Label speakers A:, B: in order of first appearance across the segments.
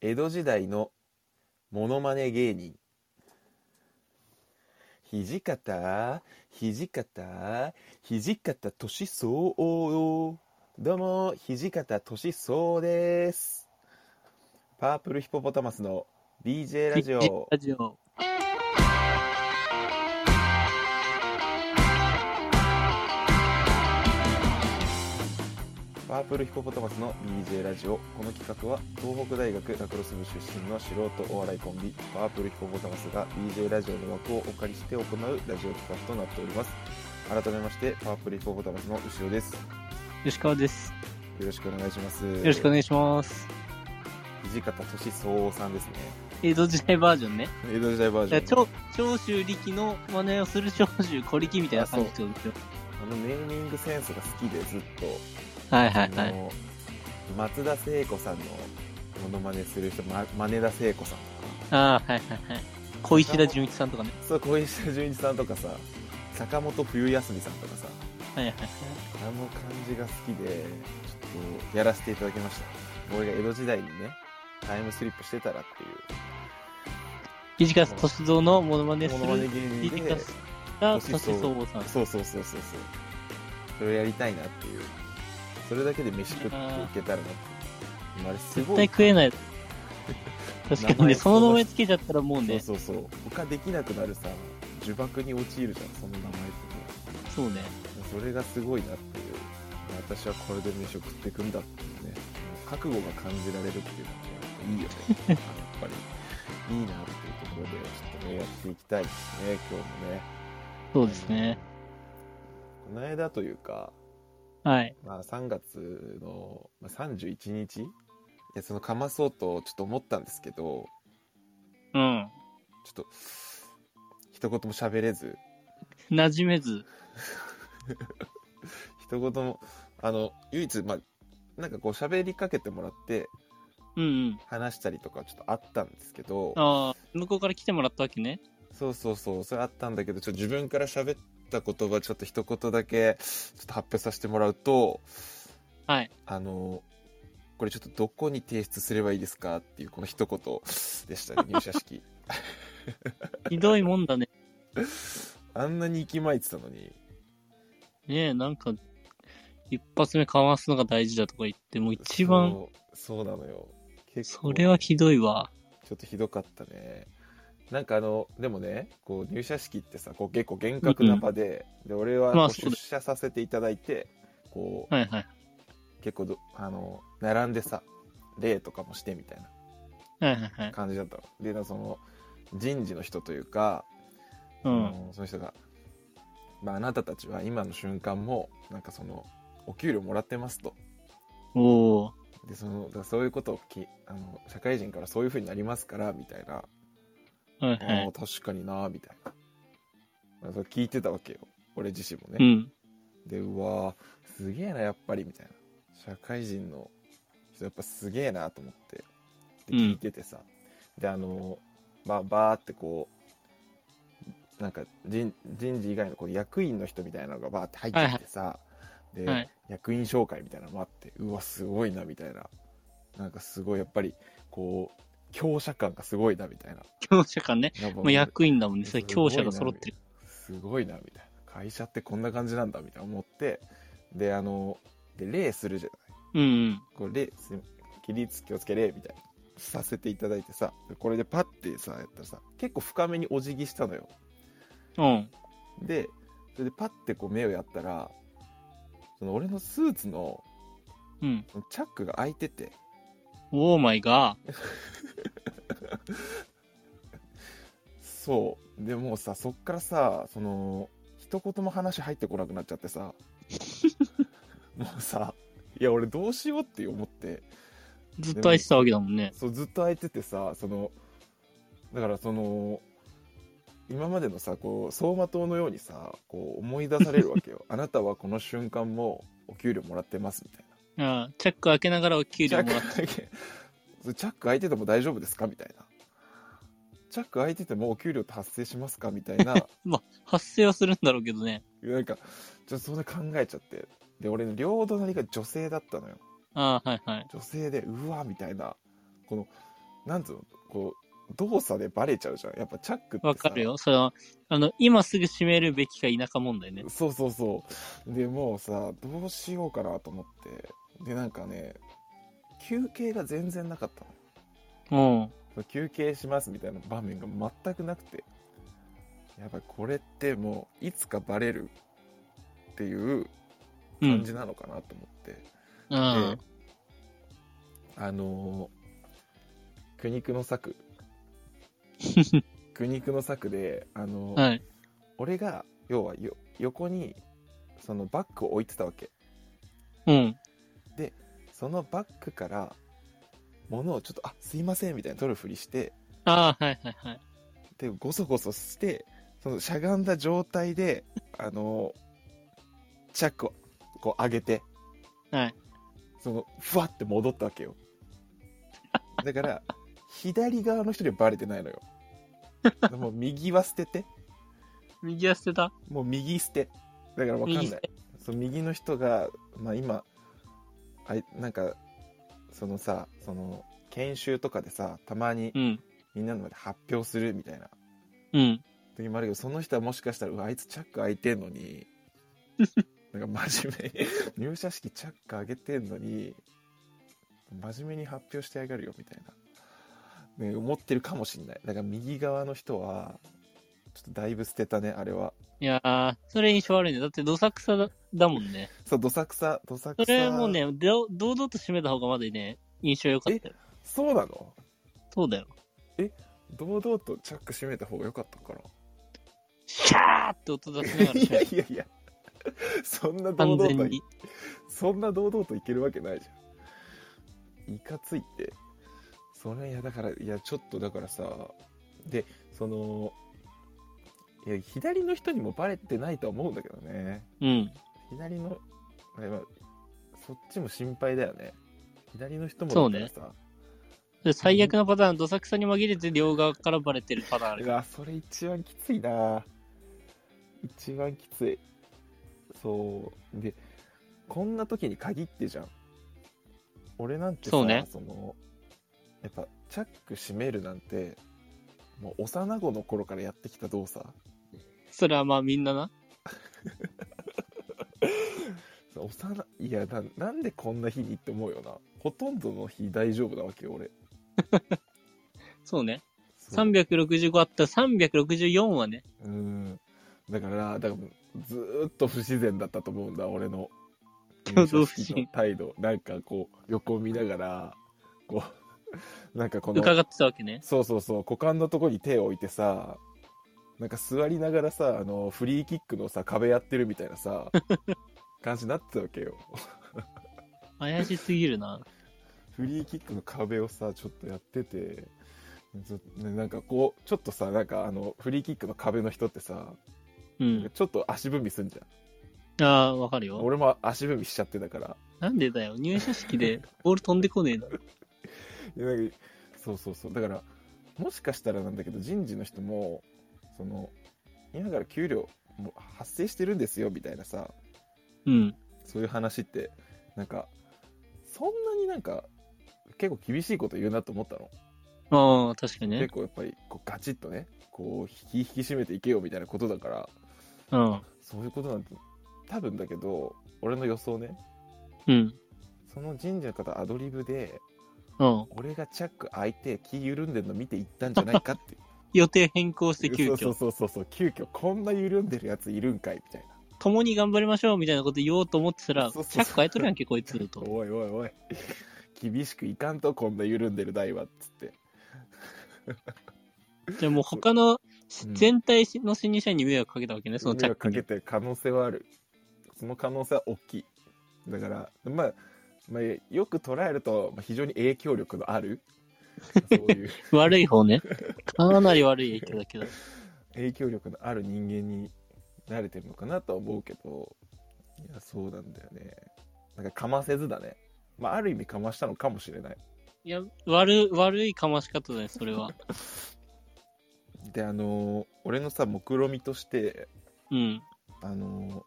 A: 江戸時代のモノマネ芸人土方土方土方歳三どうも土方歳三ですパープルヒポポタマスの BJ ラジオ
B: ラジオ。
A: パープルヒポポタマスの BJ ラジオこの企画は東北大学ラクロス部出身の素人お笑いコンビパープルヒポポタマスが BJ ラジオの枠をお借りして行うラジオ企画となっております改めましてパープルヒポポタマスの後ろですよ
B: 吉川です。
A: ろしくお願いします
B: よろしくお
A: ね
B: 願いします。
A: 土方歳三さんですね
B: 江戸時代バージョンね。
A: 江戸時代バー
B: だ
A: ジ
B: か
A: ョ
B: ら
A: ン
B: 長長州力の真似をする長州小力みたいな感じってことでしょ。
A: あのネーミングセンスが好きでずっと
B: はいは
A: あ
B: いはい。
A: の松田聖子さんのモノマネする人、ま、真似田聖子さんとか
B: ああ、はいはいはい。小石田純一さんとかね。
A: そう小石純一さんとかさ坂本冬休みさんとかさ
B: はいはいはい。
A: あの感じが好きでちょっとやらせていただきました俺が江戸時代にねタイムスリップしてたらっていう
B: 土方歳三のモノマネす
A: モノマネ
B: る
A: 芸
B: 土
A: 人
B: 方
A: で
B: 歳三さ
A: そう
B: ん。
A: そうそうそうそうそれをやりたいなっていうそれだけで飯食っていけたらなっていうあれす
B: 絶
A: ご
B: 対
A: い
B: 食えない。確か
A: 名
B: に
A: 前
B: ね、その名前つけちゃったらもう
A: そう
B: ね、
A: そうそう他できなくなるさ呪縛に陥るじゃんその名前って
B: そうね。
A: それがすごいなっていう私はこれで飯を食っていくんだっていうね覚悟が感じられるっていうのがやっぱいいよねやっぱ りいいなっていうところでちょっとねやっていきたいですね今日もね
B: そうですね。
A: この間というか、
B: はい。
A: まあ、3月のまあ31日いやそのかまそうとちょっと思ったんですけど
B: うん。
A: ちょっと一言も喋れず
B: 馴染めず。
A: 一言もあの唯一まあなんかこう喋りかけてもらって
B: うんうん。
A: 話したりとかちょっとあったんですけど
B: ああ、向こうから来てもらったわけね。
A: そうそうそうそれあったんだけどちょっと自分から喋った言葉ちょっと一言だけちょっと発表させてもらうと
B: はい。
A: あのこれちょっとどこに提出すればいいですかっていうこの一言でしたね 入社式
B: ひどいもんだね。
A: あんなに息巻いてたのに
B: ねえ、なんか、一発目かわすのが大事だとか言って、もう一番、
A: そうそうなのよ結構
B: それはひどいわ。
A: ちょっとひどかったねなんかあのでもねこう入社式ってさこう結構厳格な場で,、で俺は
B: まあ
A: こう
B: そう
A: 出
B: だ
A: 社させていただいてこう
B: はいはい。
A: 結構どあの並んでさ礼とかもしてみたい
B: はいはいは。
A: ない感じだったのでなんかその人事の人というか、
B: う
A: あ
B: ん。
A: のその人が、まあ、あなたたちは今の瞬間もなんかそのお給料もらってますと
B: おお。
A: でそのだからそういうことをきあの社会人からそういうふうになりますからみたいな
B: はい
A: あ
B: は
A: あ確かになみたいなまあそれ聞いてたわけよ俺自身も
B: い。う
A: ね、
B: ん。
A: でうわーすげえなやっぱりみたいな社会人の人やっぱすげえなと思ってで
B: うん
A: 聞いててさ、であのまあバーってこうなんか人人事以外のこう役員の人みたいなのがバーって入ってきてさ、で、
B: はい
A: 役員紹介みたいなのもあってうわすごいなみたいななんかすごいやっぱりこう強者感がすごいなみたいな
B: 強者感ね。
A: なんか
B: まあ、役員だもんね。それ
A: すご
B: 強
A: いな
B: 者が揃ってる。
A: すごいなみたいな会社ってこんな感じなんだみたいな思ってであので礼するじゃない
B: うんうん。
A: これ礼す起立気をつけ礼みたいなさせていただいてさこれでパッてさやったらさ結構深めにお辞儀したのよ
B: うん。
A: でそれでパッてこう目をやったらその俺のスーツの
B: うん。
A: チャックが開いてて
B: オーマイガー。
A: そうでもうさそっからさその一言も話入ってこなくなっちゃって さもうさいや俺どうしようって思って
B: ずっと愛してたわけだもんね。
A: そうずっと空いててさそのだからその今までのさこう走馬灯のようにさこう思い出されるわけ よあなたはこの瞬間もお給料もらってますみたいな
B: ああ、チャック開けながらお給料もらっ
A: チャックそうチャック開いてても大丈夫ですかみたいなチャック開いててもお給料って発生しますかみたいな
B: まあ、発生はするんだろうけどね。
A: なんかちょっとそんな考えちゃってで俺の両隣が女性だったのよ
B: ああ、はいはい。
A: 女性でうわみたいなこのなんつうのこう動作でバレちゃうじゃんやっぱチャックってさ
B: わかるよ。その、あの、今すぐ閉めるべきか否か問題ね。
A: そうそうそうでもうさどうしようかなと思ってでなんかね休憩が全然なかったの
B: うん。
A: 休憩しますみたいな場面が全くなくてやっぱこれってもういつかバレるっていう
B: う
A: 感
B: ん。
A: じなのかなと思って、
B: あ
A: であのー苦肉の 策苦肉の策であの
B: あ。
A: ー
B: はい。
A: 俺が要はよ横にそのバッグを置いてたわけ
B: うん。
A: そのバッグから物をちょっと「あすいません」みたいな取るふりして
B: ああ、はいはいはい。
A: でゴソゴソしてそのしゃがんだ状態であのチャックをこう上げて
B: はい。
A: そのふわって戻ったわけよだから左側の人にはバレてないのよもう右は捨てて
B: 右は捨てた
A: もう右捨てだから分かん
B: 右
A: な
B: 捨
A: い
B: て。
A: そう右の人が、まあ、今あいなんかそのさその研修とかでさたまに
B: うん。
A: みんなの前で発表するみたいな
B: うん。
A: 時もあるけどその人はもしかしたらうわあいつチャック開いてんの になんか真面目に入社式チャック開けてんのに真面目に発表してあげるよみたいな、ね、思ってるかもしんないだから右側の人はちょっとだいぶ捨てたねあれはい
B: やー、それ印象悪いね。だって、どさくさだだもんね。
A: そうどさくさどさく
B: そ
A: さ
B: れもね、ど堂々と締めた方がまだね、印象良かったよ。
A: そうなの
B: そうだよ。
A: 堂々とチャック閉めた方が良かったから
B: シャーって音出しなが ら
A: い
B: 締
A: や
B: め
A: いやいやそんな
B: た。
A: 堂
B: 完
A: 々
B: 全
A: と
B: に。
A: そんな堂々といけるわけないじゃん。いかついって。それいやだから、いやちょっとだからさ、で、その、いや左の人にもバレてないとは思うんだけどね。
B: うん。
A: 左の、あれは、そっちも心配だよね。左の人も
B: そうね
A: だからさ、
B: で最悪のパターン、どさくさに紛れて両側からバレてるパターンある
A: うわそれ一番きついな一番きついそうでこんな時に限ってじゃん俺なんてさ
B: そうね
A: そのやっぱチャック閉めるなんてもう幼子の頃からやってきた動作
B: それはまあみんなな。
A: そう幼いやななんでこんな日にって思うよなほとんどの日大丈夫なわけよ俺
B: そうね。
A: そう
B: 365あったら364はね。
A: うんだからだからずーっと不自然だったと思うんだ俺の
B: 挙
A: 入社
B: 動不
A: 式の
B: 審
A: 態度なんかこう横見ながらこう なんかこの
B: 伺ってたわけね。
A: そうそうそう股間のとこに手を置いてさなんか座りながらさあのフリーキックのさ壁やってるみたいな さ感じになってたわけよ
B: 怪しすぎるな。
A: フリーキックの壁をさちょっとやっててずねなんかこうちょっとさなんかあのフリーキックの壁の人ってさ
B: うん。
A: ちょっと足踏みすんじゃん
B: ああ、わかるよ。
A: 俺も足踏みしちゃってたから
B: なんでだよ。入社式でボール飛んでこねえな。
A: いやなんかそうそうそうだからもしかしたらなんだけど人事の人もその今から給料もう発生してるんですよみたいなさ
B: うん。
A: そういう話ってなんかそんなになんか結構厳しいこと言うなと思ったの、
B: ああ、確かにね
A: 結。構やっぱりこうガチッとねこう引き引き締めていけよみたいなことだから
B: うん。
A: そういうことなんて多分だけど俺の予想ね
B: うん。
A: その人事の方アドリブで
B: うん。
A: 俺がチャック開いて気緩んでるの見て行ったんじゃないかって
B: 予定変更して急
A: そう
B: 遽。
A: そうそうそう急遽こんな緩んでるやついるんかいみたいな
B: 共に頑張りましょうみたいなこと言おうと思ってたら、チ
A: そう
B: ャ
A: そうそう
B: ック開いとるやんけ、こ いつと。
A: おいおいおい厳しくいかんとこんな緩んでる台はっつって
B: じゃあもう他の
A: うん
B: 全体の新入社員に迷惑かけたわけね、そのチ
A: 迷
B: ャッ
A: 惑
B: ク
A: か
B: に
A: け。てる可能性はあるその可能性は大きいだからまあまあ、よく捉えるとまあ非常に影響力のあ るそういう
B: 悪い方ね。かなり悪い影響だけど。
A: 影響力のある人間に慣れてるのかなとは思うけどいやそうなんだよねなんかかませずだねまあある意味かましたのかもしれない
B: いや、悪い、悪いかまし方だね、それは。
A: であのー俺のさ目論見として
B: うん。
A: あのー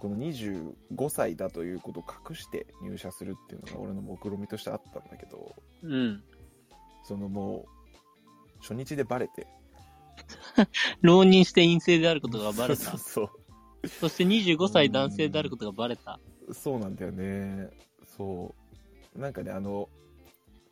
A: この25歳だということを隠して入社するっていうのが俺の目論見としてあったんだけど
B: うん。
A: そのもう初日でバレて
B: 浪人して陰性であることがバ レ
A: そう
B: た。
A: そう
B: そして25歳男性であることがバレた。
A: そうそうなんだよねそうなんかねあの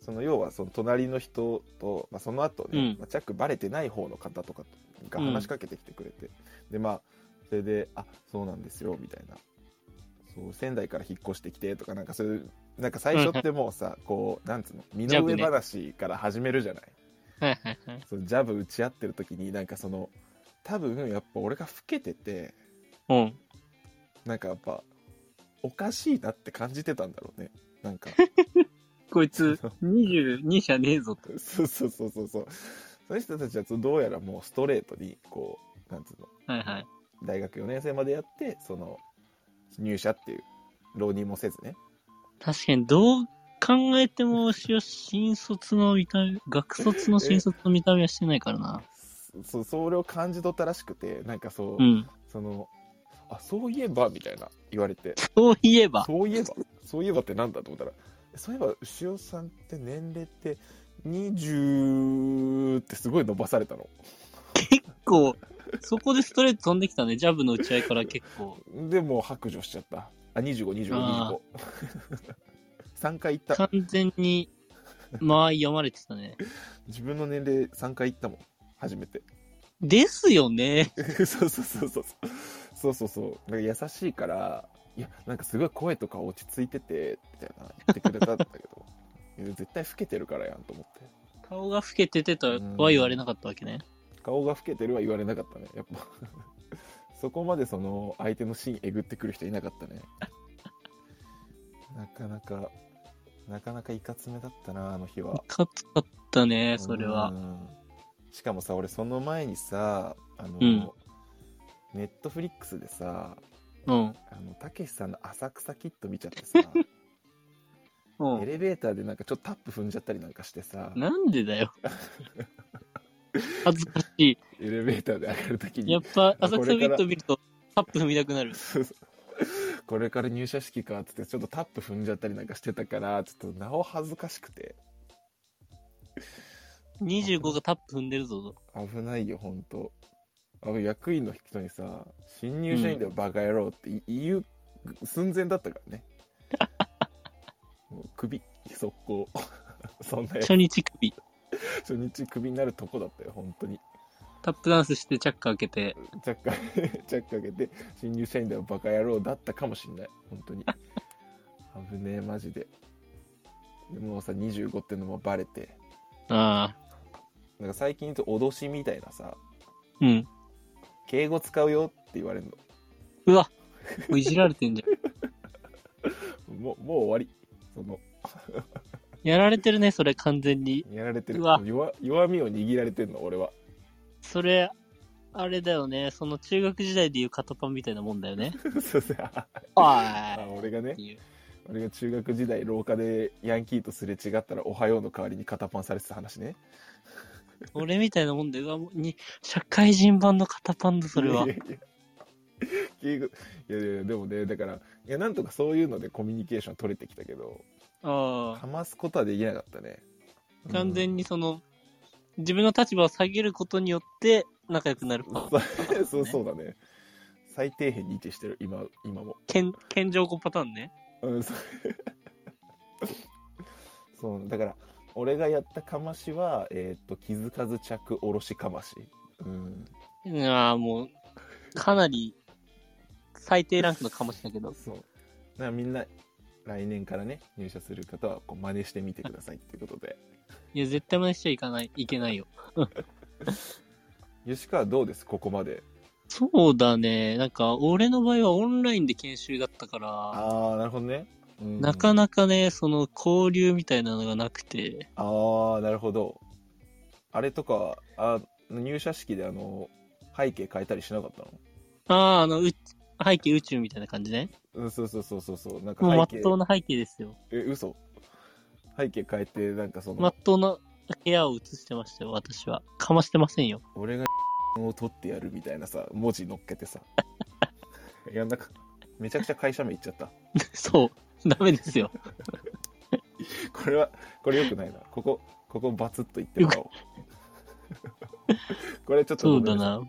A: その要はその隣の人と、まあ、その後ね、
B: うん
A: まあ、チャックバレてない方の方とかが話しかけてきてくれて、でまあそれで「あそうなんですよ」みたいなそう仙台から引っ越してきてとかなんかそういうなんか最初ってもうさ、こうなんつうの身の上
B: ジャブね
A: 話から始めるじゃない
B: はいはいはい。
A: そのジャブ打ち合ってる時になんかその多分やっぱ俺が老けてて
B: うん。
A: なんかやっぱおかしいなって感じてたんだろうねなんか
B: こいつ、22じゃねえぞと。
A: そうそうそうそうそうその人たちはどうやらもうストレートにこうなんつうの
B: はいはい。
A: 大学4年生までやってその入社っていう浪人もせずね
B: 確かに、どう考えても、し新卒の見た目、学卒の新卒の見た目はしてないからな。
A: そそれを感じ取ったらしくてなんかそう、
B: うん。
A: そのあそういえばみたいな言われて
B: そういえば。
A: そういえば、そういえばってなんだと思ったら、そういえば、牛尾さんって年齢って20ってすごい伸ばされたの。
B: 結構、そこでストレート飛んできたね。ジャブの打ち合いから結構。
A: で、もう白状しちゃった。あ、25、25、25
B: あ。
A: 3回言った。
B: 完全に、間合い読まれてたね。
A: 自分の年齢3回言ったもん。初めて。
B: ですよね。
A: そうそうそうそう。そうそうそう。なんか優しいから、いや、なんかすごい声とか落ち着いてて、みたいな言ってくれたんだけど。 いや絶対老けてるからやんと思って。
B: 顔が老けててとは言われなかったわけね。
A: 顔が老けてるは言われなかったねやっぱ そこまでその相手の芯えぐってくる人いなかったねなかなかなかなかいかつめだったなあの日は
B: かつかったね、それは
A: う。んしかもさ俺その前にさあの、
B: うん
A: ネットフリックスでさ
B: うん。
A: あのたけしさんの「浅草キッド」見ちゃってさ
B: う
A: エ
B: ん。
A: レベーターでなんかちょっとタップ踏んじゃったりなんかしてさ
B: なんでだよ。恥ずかしい。
A: エレベーターで上がるときに
B: やっぱ、
A: あこれから
B: 浅草ビット見ると、タップ踏みたくなる。
A: そうそう これから入社式かっつってちょっとタップ踏んじゃったりなんかしてたからちょっとなお恥ずかしくて
B: 25がタップ踏んでるぞ。
A: 危ないよほんとあの役員の人にさ「新入社員だよバカ野郎」ってい言う寸前だったからねもう首速攻 そんなやつ
B: 初日首。
A: 初日首になるとこだったよ本当に
B: タップダンスしてチャック開けて。
A: チャッ カチャッカ開けて「新入社員だよバカ野郎」だったかもしんない本当に危ねえマジででもうさ25ってのもバレて
B: ああ。
A: なんか最近言うと脅しみたいなさ
B: うん。
A: 敬語使うよって言われる
B: うわ。もういじられてんじゃん。
A: のもうもう終わりその
B: やられてるね、それ完全に。
A: やられてる
B: うわ
A: 弱弱みを握られてんの俺は
B: それ、あれだよね。その中学時代でいう肩パンみたいなもんだよね。
A: そうそうあ
B: お
A: あ
B: ーい。
A: 俺がね
B: って いう。
A: 俺が中学時代廊下でヤンキーとすれ違ったら「おはよう」の代わりに肩パンされてた話ね
B: 俺みたいなもんだよ。うわもうに、社会人版の肩パンだ、それはい
A: や。いやいや敬語いやいやいやでもねだからいやなんとかそういうのでコミュニケーション取れてきたけど
B: あ
A: かますことはできなかったね
B: あ。完全
A: に、
B: にその、自分の立場を下げることによって仲良くなる。
A: うん そうそうだね最底辺に位置してる今今も
B: 健、健常語パターンね。
A: うんそう そうだから俺がやったかましは、えーっと気づかず着おろしかまし、うん、
B: いやーもう、かなり、最低ランクのかもしれないけど。
A: そうだからみんな来年からね入社する方はこう真似してみてくださいっていうことで
B: いや、絶対真似しちゃいかない、いけないよ。
A: 吉川どうですここまで
B: そうだね。なんか、俺の場合はオンラインで研修だったから、
A: ああなるほどね、うん
B: なかなかね、その交流みたいなのがなくて、
A: ああなるほどあれとかあ入社式であの背景変えたりしなかったの
B: ああ、あの、う背景宇宙みたいな感じね。
A: うんそうそうそうそうそうなんか
B: もう、まっ
A: 背景
B: とうな背景ですよ。
A: え嘘背景変えてなんかその、
B: まっとうな部屋を映してましたよ、私は。かましてませんよ。
A: 俺がを取ってやるみたいなさ文字乗っけ てさやんなかめちゃくちゃ会社名言っちゃった
B: そう。ダメですよ。
A: これはこれよくないなここここバツッと言ってもらおうこれちょっと
B: そ
A: ご
B: う
A: め
B: だ
A: んさい
B: な。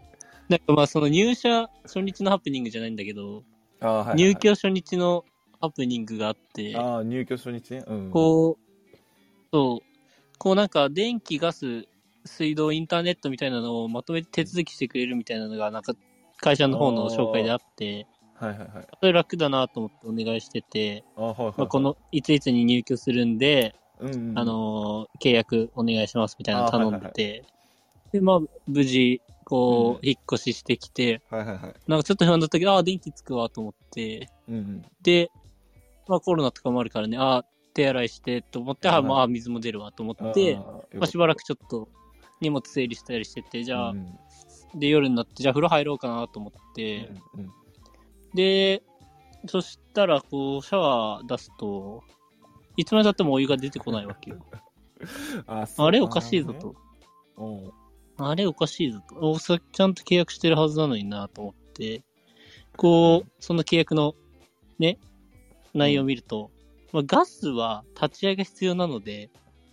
B: なんかまあその入社初日のハプニングじゃないんだけど、
A: あー、はいはい
B: 入居初日のハプニングがあって、
A: あー入居初日ねうん
B: こう、そう、こうなんか電気、ガス、水道、インターネットみたいなのをまとめて手続きしてくれるみたいなのが、なんか会社の方の紹介であって、
A: はいはいはい
B: それ楽だなと思ってお願いしてて、
A: あーはいはいはい、
B: まあ、このいついつに入居するんで、
A: うんうん
B: あのー契約お願いしますみたいなの頼んでて、で、まあ、無事、こう、引っ越ししてきて、
A: はいはいはい
B: なんかちょっと不安だったけど、ああ、電気つくわと思って、
A: うんうん
B: で、まあコロナとかもあるからね、ああ、手洗いしてと思って、あ
A: は
B: あ、
A: い
B: まあ水も出るわと思
A: あー
B: って、
A: よかった
B: まあしばらくちょっと荷物整理したりしてて、じゃあ、
A: うん
B: で、夜になって、じゃあ風呂入ろうかなと思って、
A: うんうん
B: で、そしたら、こう、シャワー出すと、いつまでたってもお湯が出てこないわ けよ。
A: あそう
B: あれおかしいぞと。
A: うん
B: あれおかしいぞと。おさちゃんと契約してるはずなのになと思って、こう、その契約のね、内容を見ると、まあ、ガスは立ち会いが必要なので、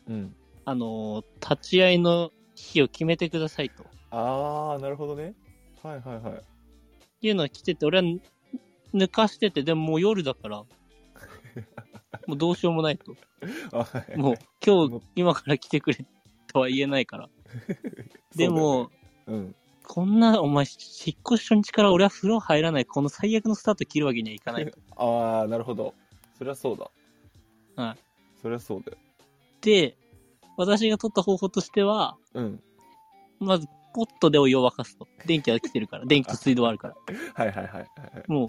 A: うん
B: あのー立ち会いの日を決めてくださいと
A: ああなるほどねはいはいはい
B: いうのが来てて、俺はぬ抜かしてて、でももう夜だから、 もうどうしようもないと。
A: あはい
B: もう今日、今から来てくれとは言えないから。 でも、
A: そうだよね
B: こんな、お前、引っ越し初日から俺は風呂入らない、この最悪のスタート切るわけにはいかないと。
A: うんああなるほどそりゃそうだ
B: はい
A: そりゃそうだよ
B: で、私が取った方法としては、
A: うん
B: まず、ポットでお湯を沸かすと。電気は来てるから。電気と水道はあるから。
A: はいはいはいはいはい
B: もう、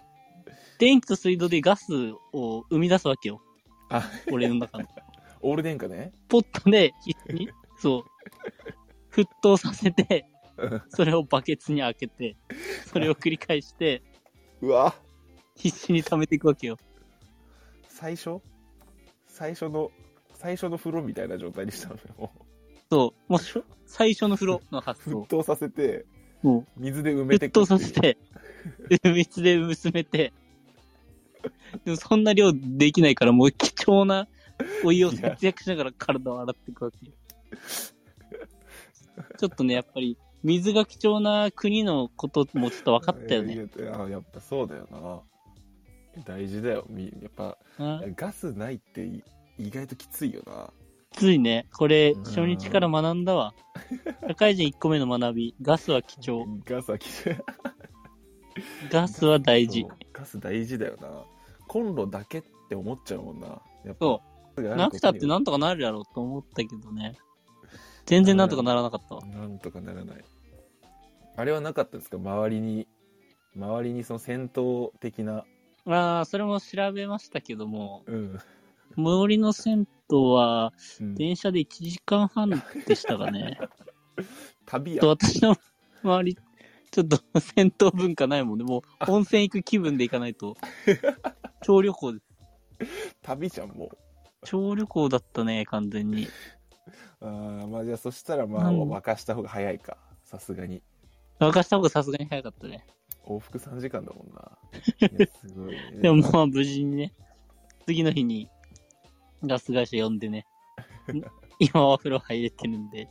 B: 電気と水道でガスを生み出すわけよ。
A: あ
B: 俺の中の。
A: オール電化ね
B: ポットで、にそう。沸騰させて、
A: うん
B: それをバケツに開けて、それを繰り返して、
A: うわ
B: 必死に溜めていくわけよ。
A: 最初最初の最初の風呂みたいな状態にしたのよも
B: そう。もうしょ、最初の風呂の発
A: う
B: 想
A: 沸。騰させて
B: もう、
A: 水で埋めて
B: 沸
A: く
B: 騰
A: ってい
B: さ
A: う
B: せて、 水で薄めて、でもそんな量できないから、もう貴重なお湯を節約しながら体を洗っていくわけ。ちょっとね、やっぱり、水が貴重な国のこともちょっと分かったよね。
A: いやいややっぱそうだよな大事だよみやっぱ
B: あ
A: ガスないってい意外ときついよな
B: ついね、これ
A: うん、
B: 初日から学んだわ。社会人1個目の学び、ガスは貴重、
A: ガスはきつい
B: ガスは大事。
A: ガス大事だよなコンロだけって思っちゃうもんなやっぱ
B: そ
A: ガスがあ
B: な
A: る
B: く
A: こ
B: た
A: と
B: っ
A: に
B: てなんとかなるやろうと思ったけどね。全然なんとかならなかったわ。
A: なんとかならないあれはなかったですか周りに周りにその戦闘的な
B: ああ、それも調べましたけども、
A: うん、
B: 最寄りの銭湯は、
A: うん
B: 電車で1時間半でしたかね。
A: 旅や
B: と私の周り、ちょっと銭湯文化ないもんで、もう温泉行く気分で行かないと。超旅行です、
A: 旅じゃんもう
B: 超旅行だったね、完全に。
A: あーまあじゃあそしたらまあ
B: うん
A: 沸かした方が早いかさすがに
B: 沸かした方がさすがに早かったね。
A: 往復3時間だもん ないやすごい、ね、
B: でもまあ無事にね、次の日にガス会社呼んでね、ん今はお風呂入れてるんで、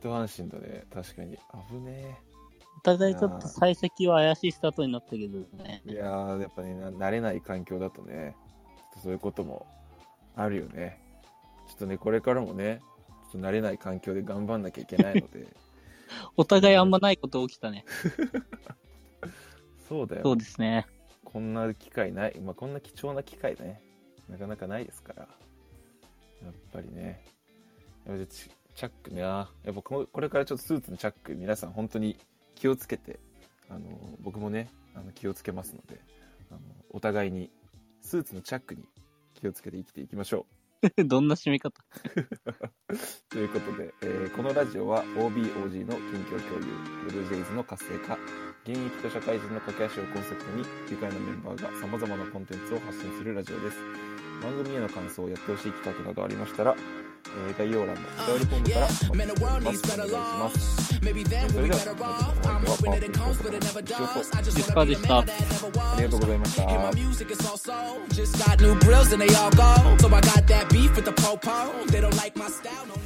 A: 一安心だね確かに危ね
B: お互いちょっと幸先は怪しいスタートになったけどね。
A: えいやーやっぱねな慣れない環境だとねちょっとそういうこともあるよねちょっとねこれからもねちょっと慣れない環境で頑張んなきゃいけないので
B: お互いあんまないこと起きたね。
A: そうだよ
B: そうですね。
A: こんな機会ない、まあ、こんな貴重な機会ね、なかなかないですから、やっぱりね、やっぱチチャックね、あーやっぱこのこれからちょっとスーツのチャック、皆さん、本当に気をつけて、あの僕もね、あの気をつけますのであの、お互いにスーツのチャックに気をつけて生きていきましょう。
B: どんな締め方
A: ということで、えーこのラジオは OBOG の近況共有ブルージェイズの活性化現役と社会人の架け橋をコンセプトに愉快なメンバーがさまざまなコンテンツを発信するラジオです番組への感想をやってほしい企画などありましたら、えー概要欄のお便りフォームからお待ちしておりますお願いします
C: Maybe then we'll be better off. I'm hoping that it comes, but it never does. I just wanna be the man that never
A: ありが
C: was.
A: とうございました
C: Hear my music, it's all soul. Just got new grills and they all gold. So I got that beef with the popo. They don't like my style, no